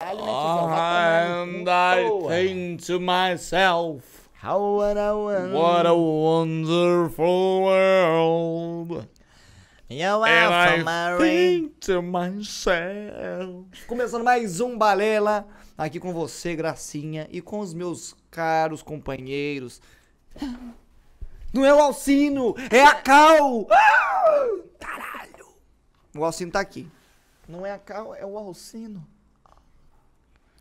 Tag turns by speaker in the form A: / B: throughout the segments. A: Oh, and I think to myself,
B: How would I want-
A: what a wonderful world.
B: You
A: And
B: are from
A: I
B: my
A: think to myself.
B: Começando mais um Balela, aqui com você, Gracinha, e com os meus caros companheiros. Não é o Alcino, é a Cal! Ah, Caralho! O Alcino tá aqui. Não é a Cal, é o Alcino.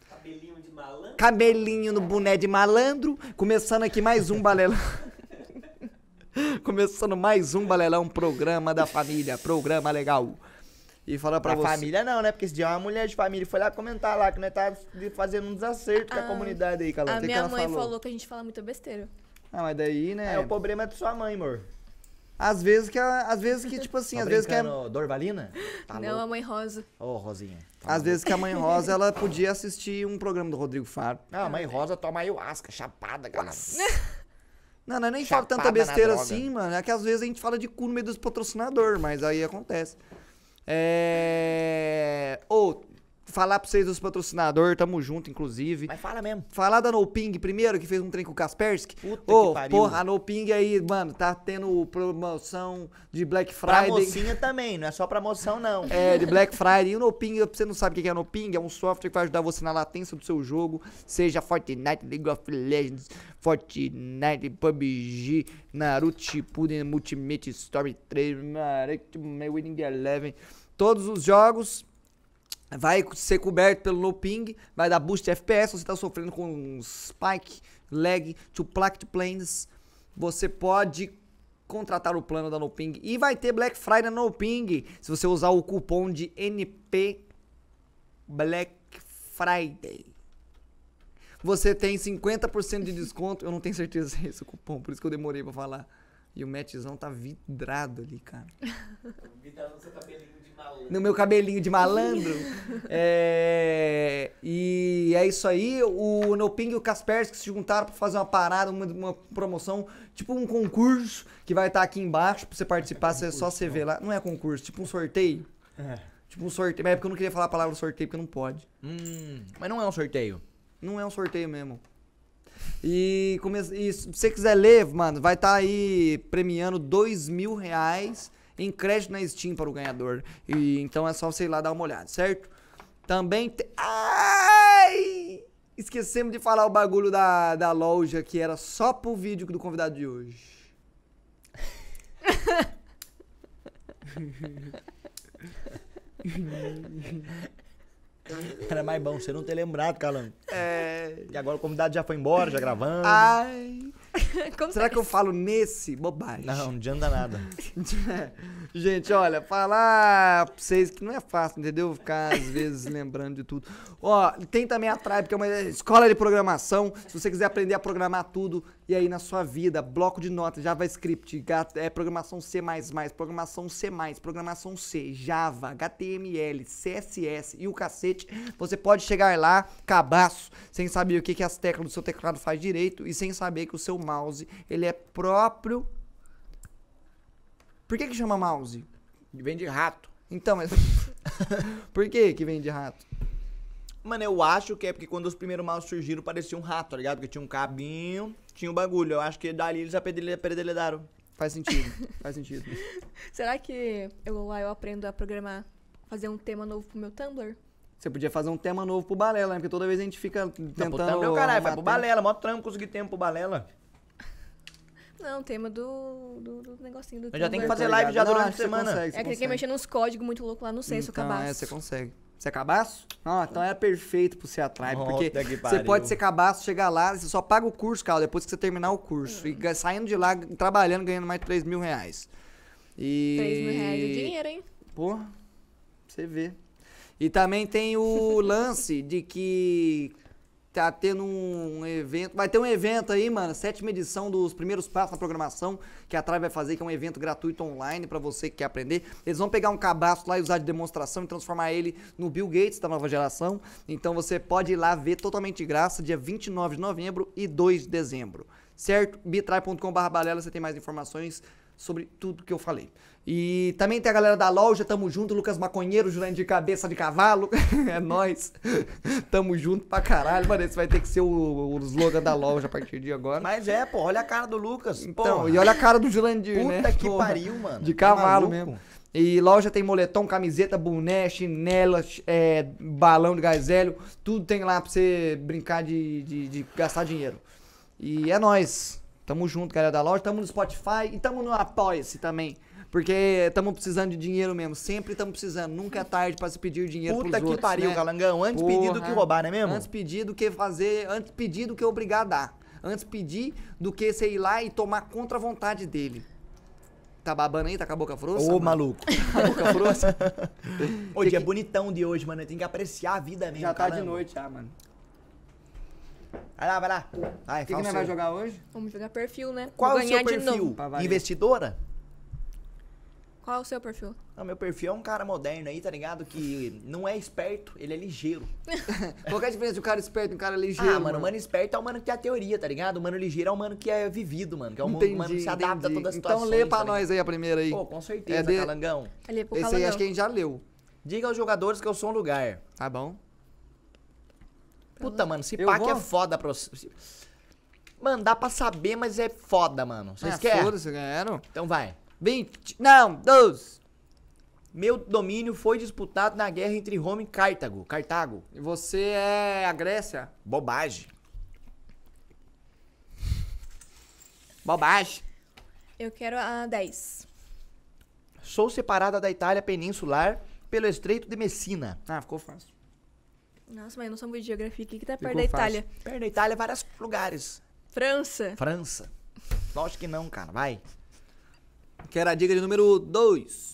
C: Cabelinho de malandro?
B: Cabelinho no boné de malandro, começando aqui mais um Balelão. começando mais um Balelão, programa da família, programa legal. E falar pra
D: Pra
B: você...
D: família não, né? Porque esse dia uma mulher de família foi lá comentar lá que nós tá de- fazendo um desacerto com a comunidade aí, Calão.
E: Ah, A
D: O que que
E: minha
D: ela
E: mãe falou?
D: falou?
E: que a gente fala muita besteira.
B: Ah, mas daí,
D: É,
B: né?
D: o problema é de sua mãe, amor.
B: Às vezes que a- às vezes que tipo assim,
D: Tá
B: às vezes que a,
D: brincando, Dorvalina? Tá
E: não, a
D: louco.
E: mãe rosa.
D: Ô, Rosinha. tá
B: às
D: louco.
B: vezes que a mãe Rosa ela podia assistir um programa do Rodrigo Faro.
D: Ah, mãe Rosa toma ayahuasca, chapada, galera.
B: Não, não nem fala
D: Chapada
B: tanta
D: na
B: besteira
D: droga.
B: assim, mano. É que às vezes a gente fala de cu no meio dos patrocinador, mas aí acontece. É, ou falar pra vocês dos patrocinador, tamo junto inclusive.
D: Mas fala mesmo.
B: Falar da No Ping primeiro, que fez um trem com o Kaspersky.
D: Puta
B: Ô,
D: que pariu.
B: Porra, a No Ping aí, mano, tá tendo promoção de Black
D: Pra
B: Friday.
D: mocinha também, não é só pra moção, não.
B: É, de Black Friday. E o Noping, você não sabe o que é Noping? É um software que vai ajudar você na latência do seu jogo, seja Fortnite, League of Legends, Fortnite, PUBG, Naruto Shippuden, Ultimate Storm 3, Marek, My Winning Eleven. Todos os jogos vai ser coberto pelo low ping, vai dar boost de FPS, se você tá sofrendo com um spike, lag, to plaque to planes, você pode contratar o plano da no ping e vai ter Black Friday no ping, se você usar o cupom de NP Black Friday. Você tem 50% de desconto, eu não tenho certeza se é esse o cupom, por isso que eu demorei pra falar. E o Matizão tá vidrado ali, cara.
C: Vida no seu cabelinho de malandro.
B: No meu cabelinho de malandro. é... E é isso aí. O Noping e o Kaspersky se juntaram pra fazer uma parada, uma, uma promoção, tipo um concurso que vai estar aqui embaixo pra você participar. Você só você ver lá. Não é um concurso, tipo um sorteio.
D: É.
B: Tipo um sorteio. Mas é porque eu não queria falar a palavra sorteio, porque não pode.
D: Hum, mas não é um sorteio.
B: Não é um sorteio mesmo. E, come... e se você quiser ler, mano, vai estar aí premiando dois mil reais em crédito na Steam para o ganhador. E então é só você ir lá dar uma olhada, certo? Também tem. Ai! Esquecemos de falar o bagulho da, da loja que era só pro vídeo do convidado de hoje.
D: Era mais bom você não ter lembrado, Calão.
B: É.
D: E agora o convidado já foi embora, já gravando.
B: Ah. Ai!
E: Como
B: Será que eu falo nesse? Bobagem.
D: Não, não adianta nada.
B: Gente, olha, falar pra vocês que não é fácil, entendeu? Ficar às vezes lembrando de tudo. Ó, tem também a Tribe, que é uma escola de programação. Se você quiser aprender a programar tudo, e aí na sua vida, bloco de notas, JavaScript, H- é, programação C++, programação C++, programação C, Java, HTML, CSS e o cacete, você pode chegar lá, cabaço, sem saber o que, que as teclas do seu teclado faz direito e sem saber que o seu mouse, ele é próprio por que que chama mouse?
D: Vem de rato.
B: Então, mas... Por que que vem de rato?
D: Mano, eu acho que é porque quando os primeiros mouse surgiram, parecia um rato, tá ligado? Porque tinha um cabinho, tinha o bagulho. Eu acho que dali eles apedrele- apedreledaram.
B: Faz sentido, faz sentido.
E: Será que eu lá eu aprendo a programar, fazer um tema novo pro meu Tumblr?
B: Você podia fazer um tema novo pro Balela, né? Porque toda vez a gente fica
D: Não,
B: tentando...
D: pro Tumblr é o caralho, vai
B: arrumar
D: pro
B: tema.
D: balela. Mó trampo conseguir tempo pro balela.
E: Não, tema do, do, do negocinho do
D: Eu já tenho que
E: Tumblr.
D: fazer live já
B: Tá Não,
D: durante
B: acho
D: a
B: que você
D: semana.
B: consegue, você
E: É que quer
B: consegue.
E: mexer nos códigos muito louco lá, não sei se eu
B: Então,
E: acabar.
B: É, você consegue. Você é cabaço? Não, então era perfeito pro você atrair,
D: Puta
B: porque
D: que
B: você
D: pariu.
B: pode ser cabaço, chegar lá, você só paga o curso, cara, depois que você terminar o curso. E
E: Hum.
B: ga- saindo de lá, trabalhando, ganhando mais 3 mil reais. E...
E: 3 mil reais é dinheiro, hein?
B: Pô, você vê. E também tem o lance de que tá tendo um evento. Vai ter um evento aí, mano. Sétima edição dos primeiros passos na programação que a Tribe vai fazer, que é um evento gratuito online pra você que quer aprender. Eles vão pegar um cabaço lá e usar de demonstração e transformar ele no Bill Gates da nova geração. Então você pode ir lá ver totalmente de graça, dia 29 de novembro e 2 de dezembro. Certo? bitrai.com.br você tem mais informações sobre tudo que eu falei. E também tem a galera da loja, tamo junto, Lucas Maconheiro, Jurandir de Cabeça de Cavalo, é nóis. Tamo junto pra caralho, mano, esse vai ter que ser o, o slogan da loja a partir de agora.
D: Mas é, pô, olha a cara do Lucas.
B: Então,
D: porra.
B: e olha a cara do Jurandir, né?
D: Puta que
B: Porra.
D: pariu, mano.
B: De
D: Tá
B: cavalo
D: maluco?
B: mesmo. E loja tem moletom, camiseta, boné, chinela, ch- é, balão de gás hélio. Tudo tem lá pra você brincar de, de, de gastar dinheiro. E é nóis. Tamo junto, galera da loja. Tamo no Spotify e tamo no Apoia-se também. Porque tamo precisando de dinheiro mesmo. Sempre tamo precisando. Nunca é tarde pra se pedir dinheiro
D: Puta
B: pros
D: que
B: outros,
D: pariu,
B: né?
D: Calangão. Antes
B: Porra.
D: pedir do que roubar, não é mesmo?
B: Antes pedir do que fazer, antes pedir do que obrigar a dar. Antes pedir do que você ir lá e tomar contra a vontade dele. Tá babando aí? Tá com a boca frouxa?
D: Ô,
B: mano?
D: maluco.
B: Tá com a boca frouxa?
D: Hoje
B: que-
D: é bonitão de hoje, mano. Tem que apreciar a vida mesmo.
B: já tá de
D: caramba.
B: noite já, mano.
D: Vai lá, vai lá. Vai,
B: O que, que
D: fala o
B: nós
D: seu.
B: vamos jogar hoje?
E: Vamos jogar perfil, né? Vou
D: Qual é o
E: ganhar
D: seu
E: de
D: perfil?
E: novo.
B: pra variar.
D: Investidora?
E: Qual é o seu perfil?
D: Não, meu perfil é um cara moderno aí, tá ligado? Que não é esperto, ele é ligeiro.
B: Qual que é a diferença de um cara esperto e um cara ligeiro?
D: ah, mano, o mano esperto é o mano que tem a teoria, tá ligado? O mano ligeiro é o mano que é vivido, mano. Que é o
B: Entendi,
D: mano que se adapta
B: entendi.
D: a todas as
B: Então
D: situações.
B: lê pra
D: tá ligado?
B: nós aí a primeira aí.
D: Pô, com certeza,
B: É de-
D: Calangão.
E: Ali é pro
B: Esse aí
E: Calangão.
B: acho que a gente já leu.
D: Diga aos jogadores que eu sou um lugar.
B: Tá bom?
D: Puta, mano, se
B: Eu
D: pá que é
B: vou?
D: foda pra você. se- Mano, dá pra saber, mas é foda, mano. Vocês
B: Ah,
D: querem?
B: Foda-se, ganharam.
D: Então vai.
B: 20. Não, 12.
D: Meu domínio foi disputado na guerra entre Roma e Cartago. Cartago.
B: E Você é a Grécia?
D: Bobagem.
B: Bobagem.
E: Eu quero a 10.
D: Sou separada da Itália peninsular pelo Estreito de Messina.
B: Ah, ficou fácil.
E: Nossa, mas eu não sou muito de geografia. O que, que tá
B: Ficou
E: perto da
B: fácil.
E: Itália?
D: Perto da Itália, vários lugares.
E: França.
D: França. Lógico que não, cara. Vai.
B: Que era a dica de número 2.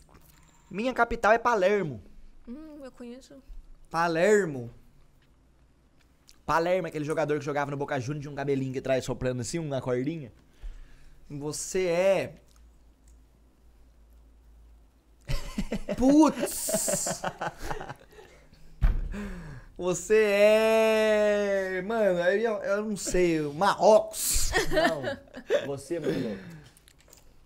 D: Minha capital é Palermo.
E: Hum, eu conheço.
B: Palermo.
D: Palermo, é aquele jogador que jogava no Boca Juniors de um cabelinho que traz soprando assim, uma cordinha.
B: Você é. Putz! Você é. Mano, eu, ia- eu não sei. Marrocos!
D: Não. Você, meu louco.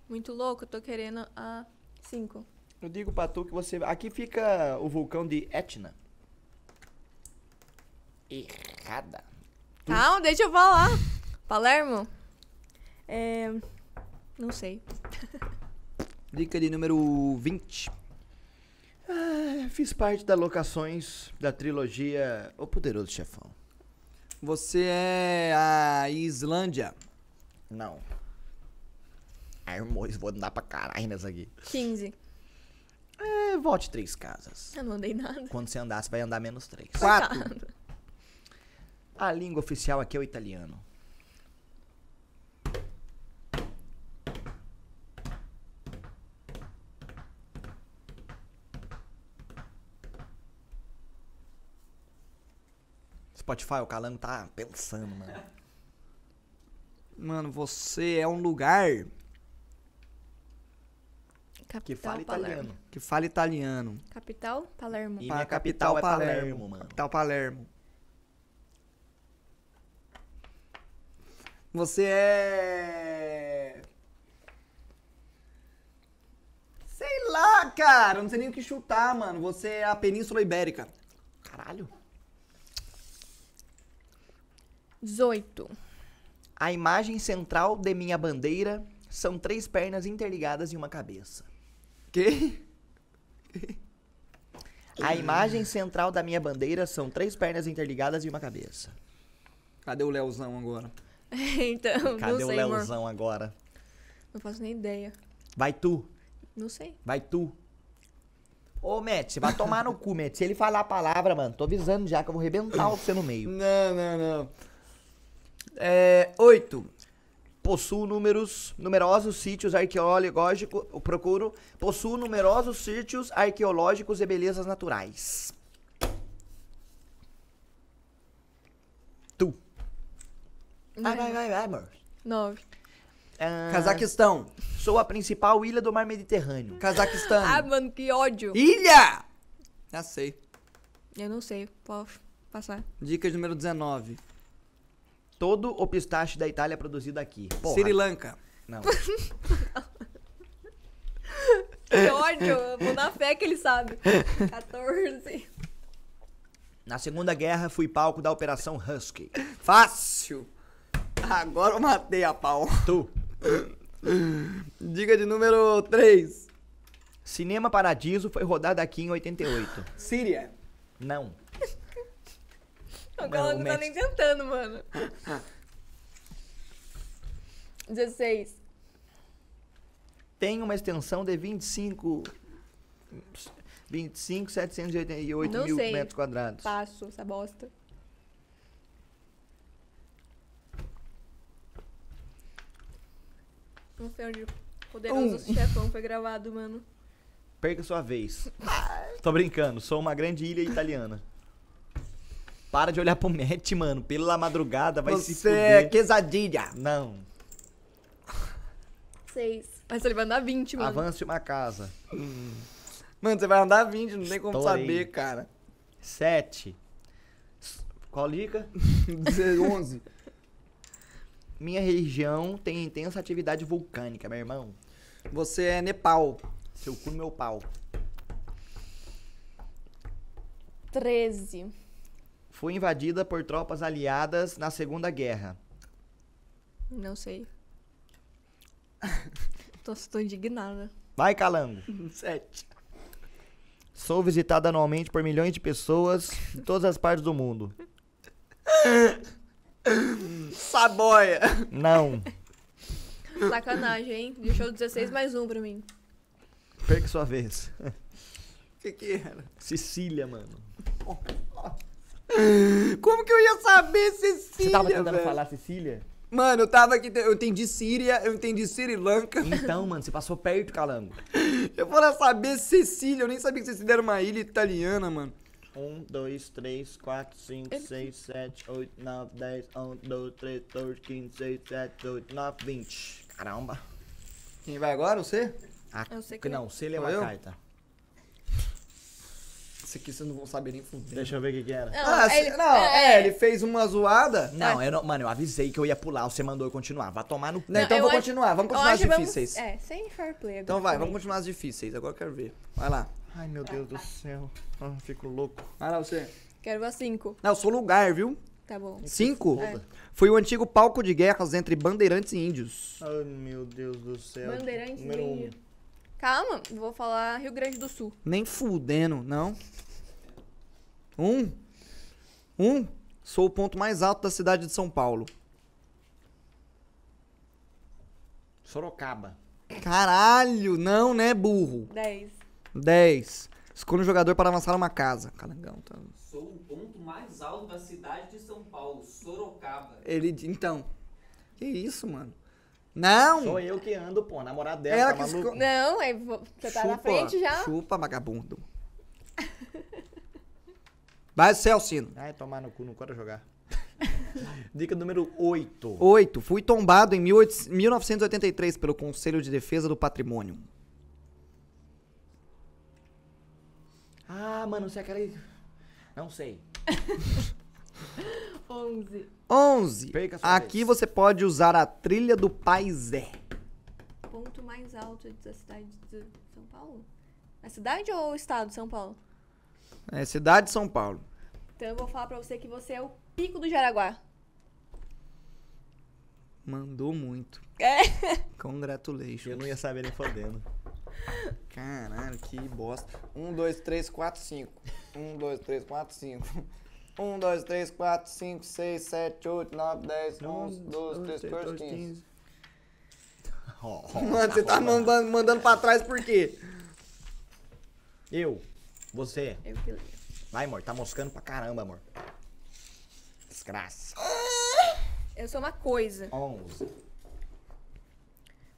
E: Muito louco, eu tô querendo a 5.
D: Eu digo pra tu que você. Aqui fica o vulcão de Etna. Errada.
E: Calma, deixa eu falar. Palermo? É. Não sei.
B: Dica de número 20.
D: Ah, Fiz parte das locações da trilogia O Poderoso Chefão.
B: Você é a Islândia.
D: Não. Ai, amores, vou andar pra caralho nessa aqui.
E: 15.
D: É, vote três casas.
E: Eu não andei nada.
D: Quando você andar, você vai andar menos três.
B: 4.
D: A língua oficial aqui é o italiano. Spotify, o Calango tá pensando, mano.
B: Mano, você é um lugar
E: Capital,
D: Que fala
E: Palermo.
D: italiano.
B: que fala italiano.
E: Capital, Palermo.
D: E
B: Pa-
D: minha capital é Palermo, mano.
B: Capital Tá Palermo. Você é. Sei lá, cara. eu Não sei nem o que chutar, mano. Você é a Península Ibérica.
D: Caralho.
E: 18.
D: A imagem central de minha bandeira são três pernas interligadas em uma cabeça.
B: Que?
D: A imagem central da minha bandeira são três pernas interligadas e uma cabeça.
B: Cadê o Leozão agora?
E: então,
D: Cadê
E: não
D: o
E: sei, amor.
D: Leozão agora?
E: Não faço nem ideia.
D: Vai tu,
E: Não sei.
D: vai tu. Ô, Matt, você vai tomar no cu, Matt. Se ele falar a palavra, mano, tô avisando já que eu vou arrebentar você no meio.
B: Não, não, não. É. Oito.
D: Possuo números, numerosos sítios arqueológicos, eu procuro, possuo numerosos sítios arqueológicos e belezas naturais. Tu. Vai, vai, vai, vai, amor.
E: 9.
D: Ah,
B: Cazaquistão.
D: Sou a principal ilha do mar Mediterrâneo.
B: Cazaquistão.
E: Ah, mano, que ódio.
B: Ilha! Já sei.
E: Eu não sei. Posso passar.
B: Dica de número 19.
D: Todo o pistache da Itália é produzido aqui. Porra.
B: Sri Lanka.
D: Não.
E: Cardio, eu vou na fé que ele sabe. 14.
D: Na Segunda Guerra, fui palco da Operação Husky.
B: Fácil. Agora eu matei a pau.
D: Tu.
B: Diga de número 3.
D: Cinema Paradiso foi rodado aqui em 88.
B: Síria.
D: Não.
E: Agora
D: o
E: não tá
D: Max-
E: nem tentando, mano. 16.
D: Tem uma extensão de 25... 25,788
E: Não
D: mil
E: sei.
D: metros quadrados.
E: Passo, essa bosta. Não sei é onde o Poderoso Chefão foi gravado, mano.
D: Perca sua vez. Tô brincando, sou uma grande ilha italiana. Para de olhar pro Matt, mano. Pela madrugada vai se
B: Você é
D: fuder.
B: quesadilha.
D: Não.
E: 6. Mas ele vai andar 20, mano.
D: Avance uma casa.
B: Mano, você vai andar 20, não tem como
D: Estourei.
B: saber, cara.
D: Sete. S- Qual dica?
B: 11.
D: Minha região tem intensa atividade vulcânica, meu irmão.
B: Você é Nepal.
D: Seu cu no meu pau.
E: 13.
D: Foi invadida por tropas aliadas na Segunda Guerra.
E: Não sei. Nossa, tô indignada.
D: Vai, calango.
B: 7.
D: Sou visitada anualmente por milhões de pessoas de todas as partes do mundo.
B: Saboia.
D: Não.
E: Sacanagem, hein? Deixou 16 mais um pra mim.
D: Perca sua vez.
B: O que que era?
D: Sicília, mano.
B: Como que eu ia saber, Cecília,
D: Você tava tentando
B: velho?
D: falar Sicília?
B: Mano, eu tava aqui, eu entendi Síria, eu entendi Sri Lanka.
D: Então, mano, você passou perto, calango.
B: Eu vou lá saber Cecília, eu nem sabia que Cecília era uma ilha italiana, mano.
D: Um, dois, três, quatro, cinco, seis, sete, oito, nove, dez, um, dois, três, dois, quinze, seis, sete, oito, nove, vinte. Caramba.
B: Quem vai agora, você?
D: Ah,
E: Eu sei que-
D: Não, se ele é
B: Sou
D: uma
B: eu?
D: carta.
B: Isso aqui vocês não vão saber nem fuder.
D: Deixa eu ver o que que era.
B: Ah,
E: ele-
B: ele, não, é, ele fez uma zoada.
D: Não, eu não, mano, eu avisei que eu ia pular, você mandou eu continuar. Vai tomar no cu.
B: Não, então
E: eu
B: vou
E: acho-
B: continuar, vamos
E: eu
B: continuar as
E: acho que vamos-
B: difíceis.
E: É, sem fair play agora.
B: Então vai,
E: também.
B: vamos continuar as difíceis, agora eu quero ver. Vai lá,
D: Ai, meu Deus do céu. Ah, fico louco.
B: vai lá você.
E: Quero a 5.
B: Não, eu sou lugar, viu?
E: Tá bom.
B: Cinco.
E: É.
B: Foi o antigo palco de guerras entre bandeirantes e índios.
D: Ai, meu Deus do céu.
E: Bandeirantes
D: Número um.
E: Índio. Calma, vou falar Rio Grande do Sul.
B: Nem fudendo, não. Um. Um. Sou o ponto mais alto da cidade de São Paulo.
D: Sorocaba.
B: Caralho, não, né, burro?
E: 10.
B: 10. Escolha um jogador para avançar uma casa. Calangão, tá.
C: Sou o ponto mais alto da cidade de São Paulo, Sorocaba.
B: Ele. Então. Que isso, mano? Não!
D: Sou eu que ando, pô. Namorado dela,
B: Ela
D: tá
B: que
D: maluco?
B: esco-
E: Não, é, vo- você tá na
B: Chupa,
E: frente já.
B: Chupa, vagabundo. Vai, Celcino.
D: Ai, tomar no cu, não quero jogar. Dica número 8.
B: 8. Fui tombado em 18- 1983 pelo Conselho de Defesa do Patrimônio.
D: Ah, mano, você é aquela. Não sei.
E: 11.
B: 11.
D: Perca sua
B: Aqui
D: vez.
B: você pode usar a trilha do Pai Zé.
E: Ponto mais alto da cidade de São Paulo? A cidade ou o estado de São Paulo?
B: É cidade de São Paulo.
E: Então eu vou falar pra você que você é o pico do Jaraguá.
B: Mandou muito.
E: É.
D: Eu
B: Congratulations.
D: não ia saber nem fodendo.
B: Caralho, que bosta. 1, 2, 3, 4, 5. 1, 2, 3, 4, 5. 1, 2, 3, 4, 5, 6, 7, 8, 9, 10, 11, 12, 13, 14, 15.
D: Ó,
B: Mano, você tá mandando, mandando pra trás por quê?
D: Eu. Você.
E: Eu É que leio.
D: Vai, amor. Tá moscando pra caramba, amor. Desgraça.
E: Eu sou uma coisa.
D: 11.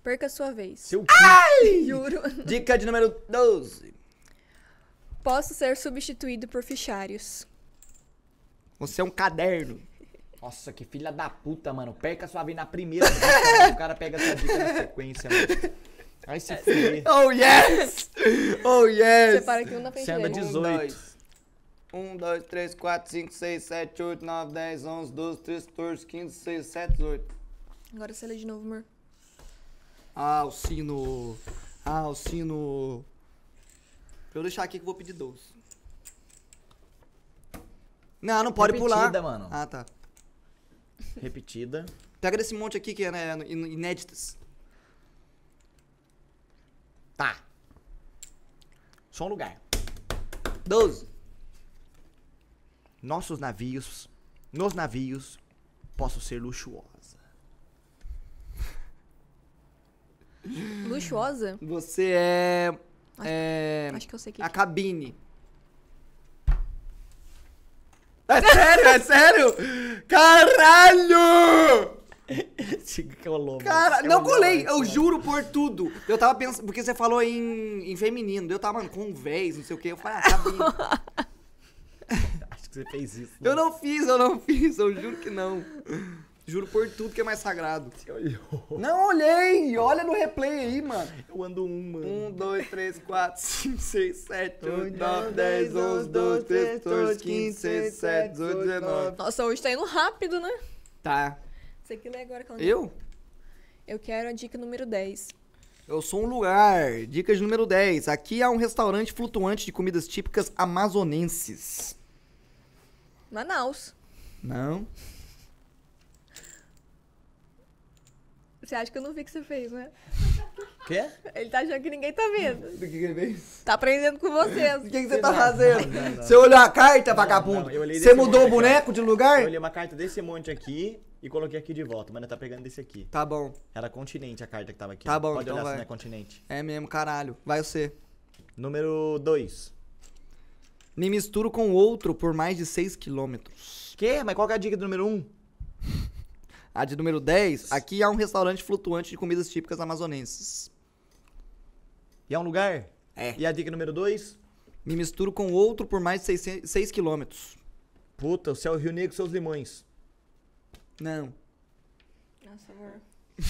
E: Perca a sua vez.
D: Seu cu.
E: Juro.
B: Dica de número 12.
E: Posso ser substituído por fichários.
B: Você é um caderno.
D: Nossa, que filha da puta, mano. Perca sua vida na primeira. dica, mano. o cara pega essa dica na sequência, mano. Vai se fuder.
B: Oh, yes! Oh, yes!
E: Separa aqui um na frente
D: É. Você anda
E: dele.
D: 18.
B: 1, 2, 3, 4, 5, 6, 7, 8, 9, 10, 11, 12, 13, 14, 15, 16, 17, 18.
E: Agora você lê de novo, amor.
B: Ah, o sino. Ah, o sino. Eu vou deixar aqui que eu vou pedir 12.
D: Não, não pode
B: Repetida,
D: pular. mano.
B: Ah, tá.
D: Repetida.
B: Pega desse monte aqui que é né, in- inéditas.
D: Tá. Só um lugar.
B: 12.
D: Nossos navios, nos navios, posso ser luxuosa.
E: Luxuosa?
B: Você é. É.
E: Acho que eu sei que.
B: A cabine. É sério, é sério? Caralho!
D: Se
B: é
D: colou,
B: Cara, não colei, eu juro por tudo. Eu tava pensando, porque você falou em, em feminino, eu tava, mano, com um véis, não sei o que, eu falei, ah, cabine.
D: Acho que você fez isso.
B: Eu não fiz, eu não fiz, eu juro que não. Juro por tudo que é mais sagrado. Não olhei, olha no replay aí, mano.
D: Eu ando um, mano.
B: 1, 2, 3, 4, 5, 6, 7, 8, 9, 10, 11, 12, 13, 14, 15, 16, 17, 18, 19.
E: Nossa, hoje tá indo rápido, né?
B: Tá.
E: Você que lê agora. que não-
B: Eu?
E: Eu quero a dica número 10.
B: Eu sou um lugar. Dica de número 10. Aqui há um restaurante flutuante de comidas típicas amazonenses.
E: Manaus.
B: Não?
E: Você acha que eu não vi o que você fez, né?
D: Quê?
E: Ele tá achando que ninguém tá vendo.
B: Do que que ele fez?
E: Tá aprendendo com vocês.
B: O que, que você tá fazendo? Você olhou a carta, vagabundo?
D: não, eu olhei
B: Você
D: desse
B: mudou o
D: monte, cara.
B: boneco de lugar?
D: Eu olhei uma carta desse monte aqui e coloquei aqui de volta, mas ainda tá pegando desse aqui.
B: Tá bom.
D: Era continente a carta que tava aqui.
B: Tá bom,
D: Pode
B: então
D: olhar
B: vai.
D: se não é continente.
B: É mesmo, caralho. Vai você.
D: Número 2.
B: Me misturo com outro por mais de 6 quilômetros.
D: Quê? Mas qual que é a dica do número 1? Um?
B: A de número 10. Aqui há um restaurante flutuante de comidas típicas amazonenses.
D: E é um lugar?
B: É.
D: E a dica número 2?
B: Me misturo com outro por mais de 6 quilômetros.
D: Puta, o céu Rio Negro seus limões.
B: Não.
E: Nossa, amor.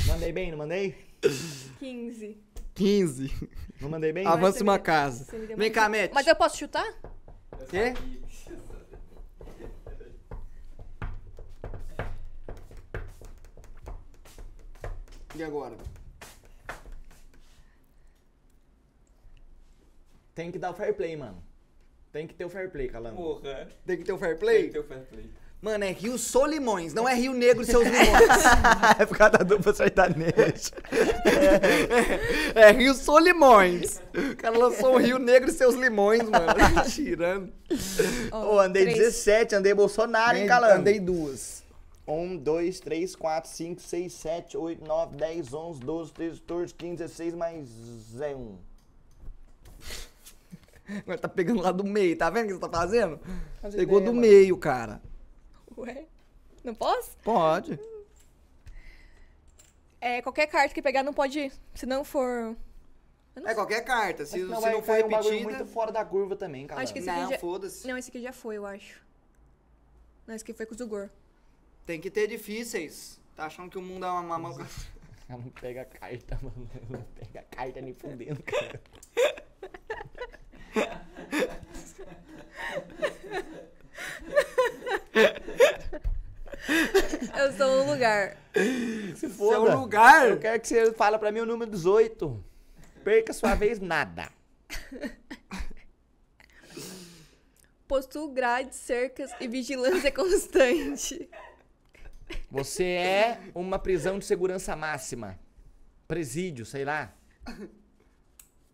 D: Mandei bem, não mandei?
E: 15.
B: 15.
D: Não mandei bem?
E: Ah,
B: Avance
E: você
B: uma
E: me-
B: casa.
E: Você me deu
B: Vem
E: uma
B: cá,
E: dica.
B: Matt.
E: Mas eu posso chutar?
B: Quê? E agora?
D: Tem que dar o fair play, mano. Tem que ter o fair play, Calango.
C: Porra.
B: Tem que ter o fair
C: Tem que
B: play?
C: ter o fair play.
B: Mano, é Rio Solimões, não é Rio Negro e seus limões.
D: é por causa da dupla sertaneja.
B: é Rio Solimões. O cara lançou o Rio Negro e seus limões, mano. Tá Tirando.
E: Ó,
D: Ô, andei
E: três.
D: 17, andei
B: Tá
D: Bolsonaro, hein, Calango?
B: Andei duas.
D: 1, 2, 3, 4, 5, 6, 7, 8, 9, 10, 11, 12, 13, 14, 15, 16, mais é 1.
B: Agora tá pegando lá do meio, tá vendo o que você tá fazendo?
D: Fazer
B: Pegou
D: ideia,
B: do
D: mano.
B: meio, cara.
E: Ué? Não posso?
B: Pode.
E: É, qualquer carta que pegar não pode ir. Se não for.
B: É qualquer carta, se se não,
D: vai
B: for
D: cair um bagulho
B: repetida...
D: muito fora da curva também, Calango.
E: Acho que esse aqui
B: Não,
E: já.
B: foda-se.
E: Não, esse aqui já foi, eu acho. Não, esse aqui foi com o Zugor.
B: Tem que ter difíceis. Tá achando que o mundo é uma mamão...
D: Ela não pega a carta, mano. Ela não pega a carta nem fudendo, cara.
E: Eu sou um lugar.
D: Se
B: Seu
D: foda.
B: é um lugar...
D: Eu quero que você fale pra mim o número 18. Perca sua vez, nada.
E: Possuo grades, cercas e vigilância constante.
D: Você é uma prisão de segurança máxima. Presídio, sei lá.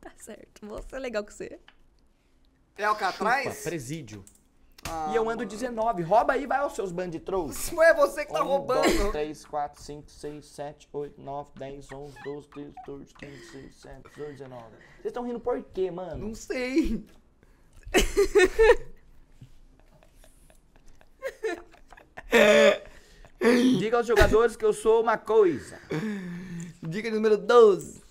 E: Tá certo. Você é legal que você.
B: É Alcatraz?
D: Presídio. e eu ando 19. Rouba aí, vai aos seus Um, banditros.
B: Não Ah, é você que tá roubando.
D: 2, 3, 4, 5, 6, 7, 8, 9, 10, 11, 12, 13, 14, 15, 16, 17, 18, 19. Vocês estão rindo por quê, mano?
B: Não sei.
D: Diga aos jogadores que eu sou uma coisa.
B: Dica número 12.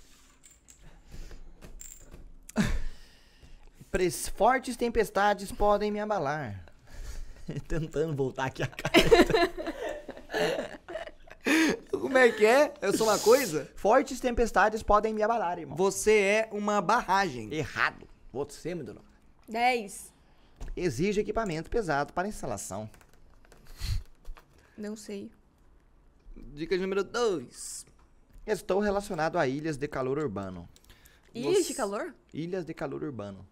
D: Pres- Fortes tempestades podem me abalar. Tentando voltar aqui a cara.
B: Como é que é? Eu sou uma coisa?
D: Fortes tempestades podem me abalar, irmão.
B: Você é uma barragem.
D: Errado. Você, meu dono.
E: 10.
D: Exige equipamento pesado para instalação.
E: Não sei.
B: Dica número 2.
D: Estou relacionado a ilhas de calor urbano.
E: Ih,
B: Você-
E: de calor?
D: Ilhas de calor urbano.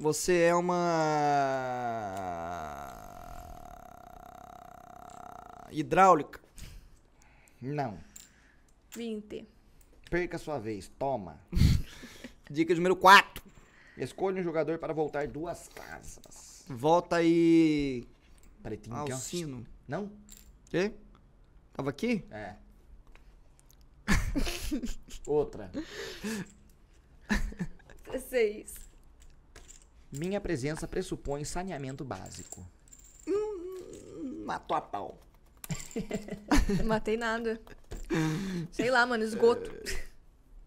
D: Você é uma. Hidráulica. Não.
E: 20.
D: Perca a sua vez. Toma. Dica número 4. Escolha um jogador para voltar duas casas.
B: Volta aí.
D: Peraí, tem
B: Ah,
D: que-
B: o sino.
D: Não?
B: Quê? Tava aqui?
D: É. Outra.
E: 16.
D: Minha presença pressupõe saneamento básico.
B: Matou a pau.
E: Não matei nada. Sei lá, mano, esgoto.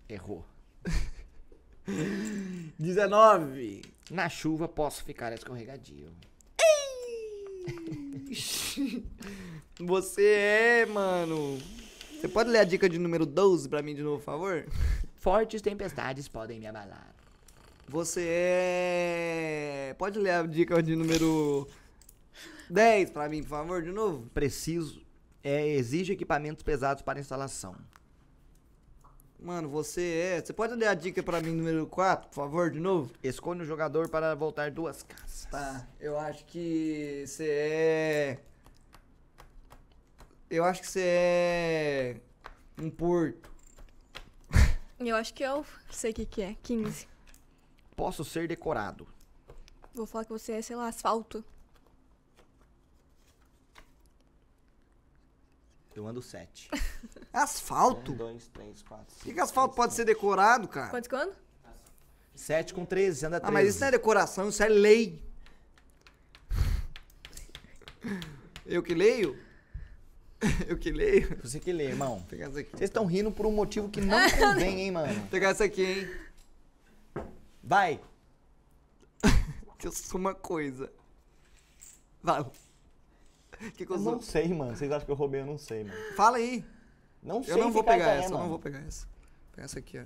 D: Errou.
B: 19.
D: Na chuva posso ficar escorregadio.
B: Você é, mano. Você pode ler a dica de número 12 pra mim de novo, por favor?
D: Fortes tempestades podem me abalar.
B: Você é. Pode ler a dica de número 10 pra mim, por favor, de novo?
D: Preciso. É, exige equipamentos pesados para instalação.
B: Mano, você é. Você pode ler a dica pra mim número 4, por favor, de novo?
D: Escolha o jogador para voltar duas casas.
B: Tá, eu acho que você é. Eu acho que você é. Um porto.
E: Eu acho que eu sei o que, que é. 15.
D: Posso ser decorado.
E: Vou falar que você é, sei lá, asfalto.
D: Eu ando sete.
B: Asfalto?
F: Um, dois, três, quatro.
B: Por que, que asfalto pode ser decorado, cara?
E: Quantos quando?
D: Sete com 13, anda 13.
B: Ah, mas isso não é decoração, isso é lei. Eu que leio? Eu que leio? Vou
D: Você que lê, irmão.
B: pegar essa aqui.
D: Vocês estão rindo por um motivo que não convém, hein, mano.
B: Vou pegar essa aqui, hein?
D: Vai.
B: Que eu sou uma coisa. Vai. Que que eu
F: Eu não
B: sou?
F: sei, mano. Vocês acham que eu roubei? Eu não sei, mano.
B: Fala aí.
F: Não sei
B: Eu não vou
F: que carta
B: pegar
F: é,
B: essa, eu
F: mano.
B: não vou pegar essa. Vou pegar essa aqui, ó.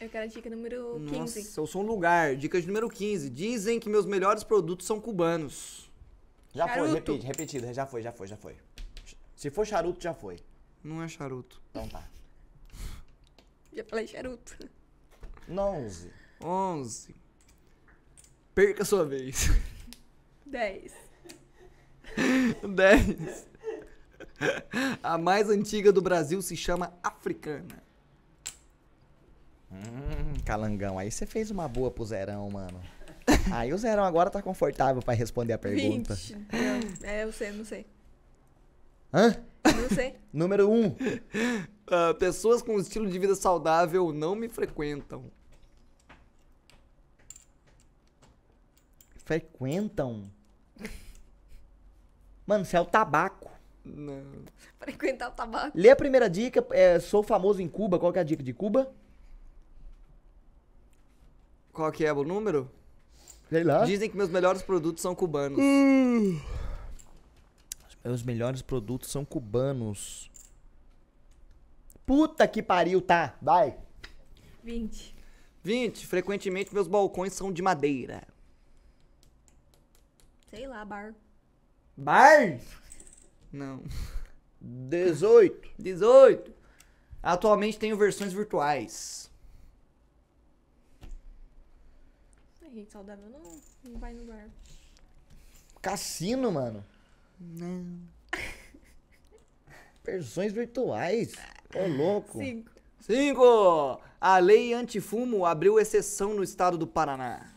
E: Eu quero a dica número 15.
B: Nossa, eu sou um lugar. Dica de número 15. Dizem que meus melhores produtos são cubanos.
F: Já
E: Charuto.
F: foi, repete, repetido. Já foi, já foi, já foi. Se for charuto, já foi.
B: Não é charuto.
F: Então tá.
E: Já falei charuto.
F: 11.
B: 11. Perca a sua vez.
E: 10.
B: 10. A mais antiga do Brasil se chama Africana.
D: Hum, calangão, aí você fez uma boa pro Zerão, mano. Aí o Zerão agora tá confortável pra responder a pergunta.
E: 20. Não, é, eu sei, não sei.
D: Hã?
E: Não sei.
D: Número 1. Um.
B: Ah, pessoas com estilo de vida saudável não me frequentam.
D: Frequentam. Mano, você é o tabaco.
B: Não.
E: Frequentar o tabaco.
D: Lê a primeira dica. é, sou famoso em Cuba. Qual que é a dica de Cuba?
B: Qual que é o número?
D: Sei lá.
B: Dizem que meus melhores produtos são cubanos.
D: Os melhores produtos são cubanos. Puta que pariu, tá? Vai.
E: 20.
B: 20. Frequentemente meus balcões são de madeira.
E: Sei lá, bar.
B: Bar? Não.
D: 18.
B: 18. Atualmente tenho versões virtuais.
E: A gente É saudável não, não vai no bar.
D: Cassino, mano.
B: Não.
D: Versões virtuais. Ô, louco.
E: 5.
B: 5. A lei antifumo abriu exceção no estado do Paraná.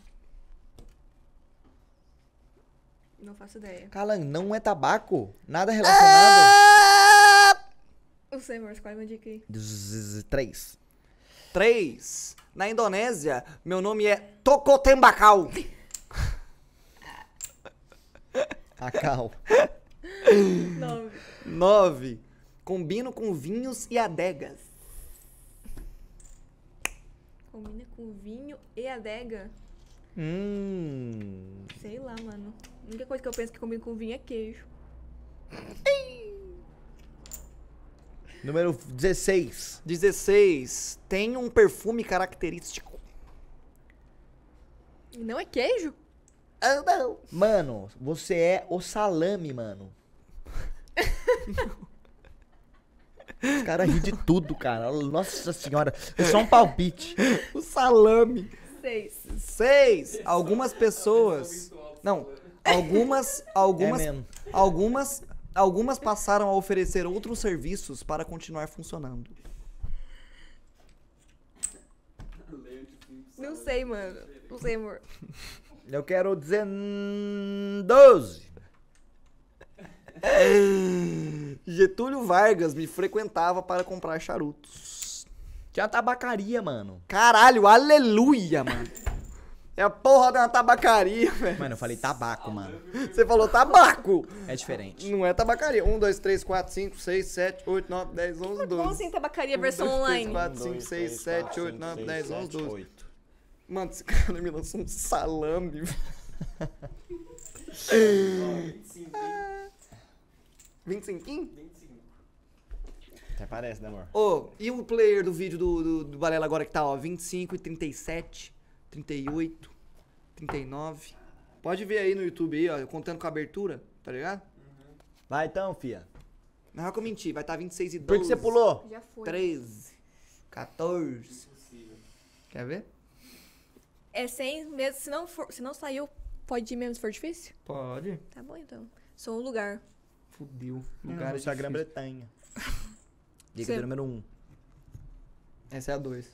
E: Não faço ideia.
D: Calan, não é tabaco. Nada
B: Ah!
D: relacionado.
E: Eu sei, amor, escolhe uma dica aí.
D: 3.
B: 3. Na Indonésia, meu nome é Tokotembakau.
D: Cacau.
E: 9.
B: 9. Combino com vinhos e adegas.
E: Combina com vinho e adega.
D: hum.
E: Sei lá, mano. A única coisa que eu penso que combina com vinho é queijo.
D: Número 16.
B: 16. Tem um perfume característico.
E: E não é queijo?
B: Ah, não.
D: Mano, você é o salame, mano. Os caras riem de tudo, cara. Nossa senhora. É só um palpite.
B: O salame.
E: Seis.
B: Seis. Algumas pessoas. Não. Algumas. Algumas.
D: É mesmo.
B: algumas. Algumas passaram a oferecer outros serviços para continuar funcionando.
E: Não sei, mano. Não sei, amor.
D: Eu quero 12.
B: Getúlio Vargas me frequentava para comprar charutos.
D: Tinha uma é tabacaria, mano.
B: Caralho, aleluia, mano. É a porra de uma tabacaria, velho.
D: Mano, eu falei tabaco, mano.
B: Você falou tabaco.
D: É diferente.
B: Não é tabacaria. 1, 2, 3, 4, 5, 6, 7, 8, 9, 10, 11, 12.
E: Como assim, tabacaria versão online?
D: Um,
B: 4, 5, 6, 7, 8, 9, 10, 11, 12. Mano, esse cara me lançou um salame. velho.
C: Ó, 25, hein?
B: 25? hein?
C: 25.
D: Até parece, né, amor?
B: Ô, e o player do vídeo do, do, do Balela agora que tá, ó, 25 e 37, 38, 39. Pode ver aí no YouTube aí, ó, eu contando com a abertura, tá ligado?
D: Vai então, fia.
B: Na real que eu menti, vai estar tá 26 e 12.
D: Por que você pulou?
E: Já foi.
B: 13, 14.
C: Impossível.
B: Quer ver?
E: É sem mesmo. Se não, for, se não saiu, pode ir mesmo se for difícil?
B: Pode.
E: Tá bom, então. Sou um lugar.
B: Fudeu. é
D: Lugar é
B: Lugar
D: da
B: Instagram.
D: Grã-Bretanha. Dica
E: Você-
D: do número 1. Um.
B: Essa é a 2.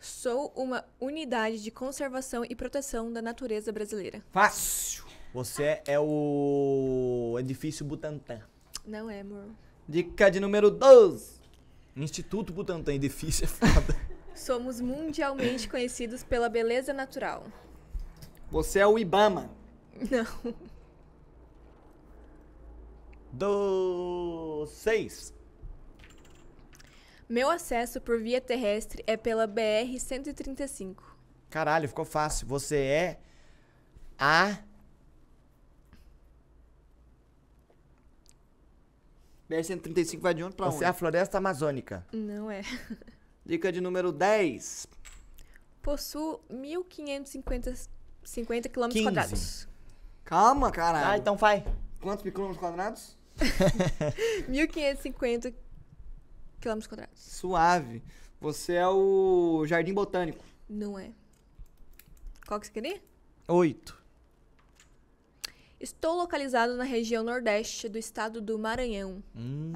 E: Sou uma unidade de conservação e proteção da natureza brasileira.
B: Fácil.
D: Você é o edifício Butantan.
E: Não é, amor.
B: Dica de número 12.
D: Instituto Butantan, edifício é foda.
E: Somos mundialmente conhecidos pela beleza natural.
B: Você é o Ibama.
E: Não.
D: do 6.
E: Meu acesso por via terrestre é pela BR-135.
D: Caralho, ficou fácil. Você é a
B: BR-135 vai de onde pra
D: Você é a
B: onde?
D: floresta amazônica.
E: Não é.
B: Dica de número 10.
E: Possuo 1.550 50 quilômetros
D: 15.
E: quadrados.
B: Calma, caralho.
D: Ah, então vai.
B: Quantos micrômetros quadrados?
E: 1.550 quilômetros quadrados.
B: Suave. Você é o Jardim Botânico.
E: Não é. Qual que você queria?
D: 8.
E: Estou localizado na região nordeste do estado do Maranhão.
D: Hum,